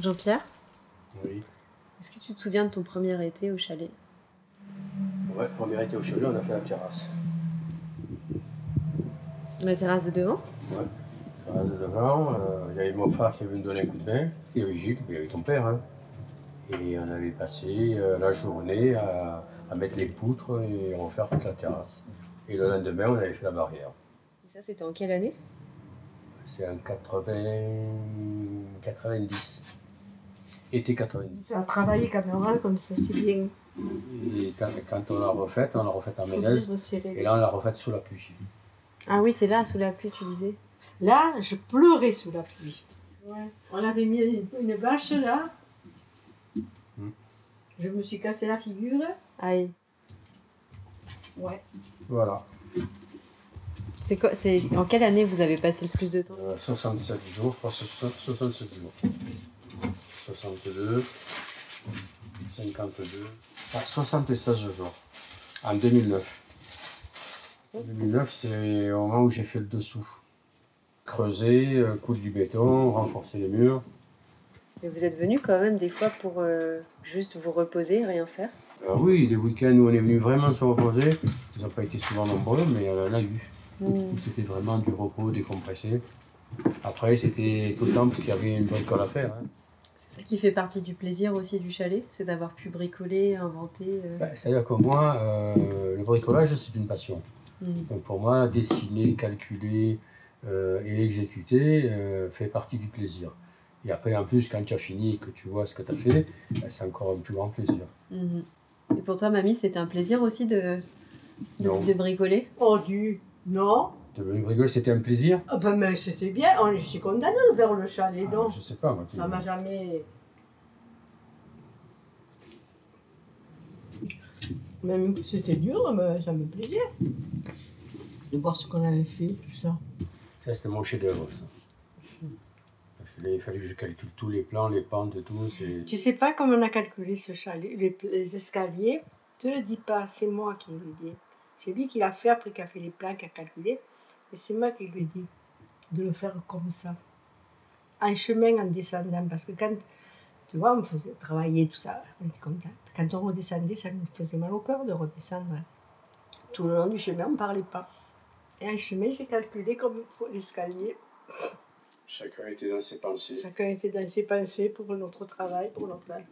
Jean-Pierre, Oui. est-ce que tu te souviens de ton premier été au chalet Ouais, premier été au chalet, on a fait la terrasse. La terrasse de devant Ouais. Terrasse de devant, euh, il y avait mon frère qui est venu me donner un coup de main. Il y avait Gilles, mais il y avait ton père. hein. Et on avait passé euh, la journée à, à mettre les poutres et refaire toute la terrasse. Et le lendemain, on avait fait la barrière. Et ça, c'était en quelle année C'est en 80... 90. Été 90. Ça a travaillé caméra comme ça, c'est bien. Et quand, quand on l'a refaite, on l'a refaite en Ménez. Et là, on l'a refaite sous la pluie. Ah oui, c'est là, sous la pluie, tu disais. Là, je pleurais sous la pluie. On avait mis une, une bâche là. Hmm. Je me suis cassé la figure. Aïe. Ouais. Voilà. C'est quoi C'est en quelle année vous avez passé le plus de temps Euh, 67 jours, je crois que c'est so- 67 jours. 62, 52, ah, 76 jours, en 2009. 2009, c'est au moment où j'ai fait le dessous. Creuser, euh, coudre du béton, renforcer les murs. Mais vous êtes venu quand même des fois pour euh, juste vous reposer, rien faire. Ah oui, des week-ends où on est venu vraiment se reposer, ils n'ont pas été souvent nombreux, mais euh, on en a eu. Hmm. où c'était vraiment du repos décompressé. Après, c'était tout le temps parce qu'il y avait une bricole à faire. hein. C'est ça qui fait partie du plaisir aussi du chalet, c'est d'avoir pu bricoler, inventer. euh. Bah, C'est-à-dire que moi, euh, le bricolage, c'est une passion. Mm. Donc pour moi, dessiner, calculer euh, et exécuter euh, fait partie du plaisir. Et après, en plus, quand tu as fini et que tu vois ce que tu as fait, bah, c'est encore un plus grand plaisir. Mhm. Et pour toi, mamie, c'était un plaisir aussi de, de, Non. de bricoler Oh du non. Devenir bricole, c'était un plaisir Ah ben mais c'était bien. On, je suis condamnée de faire le chalet Ah, donc. Je sais pas, moi. tu- Ça m'a jamais. Même c'était dur, mais ça me plaisait. De voir ce qu'on avait fait, tout ça. Ça, c'était mon chef-d'œuvre, ça. Il fallait que je calcule tous les plans, les pentes et tout. c'est- Tu sais pas comment on a calculé ce chalet, les, les escaliers. Je te le dis pas, c'est moi qui lui ai dit. C'est lui qui l'a fait après qu'il a fait les plans, qui a calculé. Et c'est moi qui lui ai dit de le faire comme ça. En chemin, en descendant. Parce que quand, tu vois, on me faisait travailler, tout ça. On était content. Quand on redescendait, ça nous faisait mal au cœur de redescendre. Tout le long du chemin, on ne parlait pas. Et en chemin, j'ai calculé comme pour l'escalier. Chacun était dans ses pensées. Chacun était dans ses pensées pour notre travail, pour notre plan.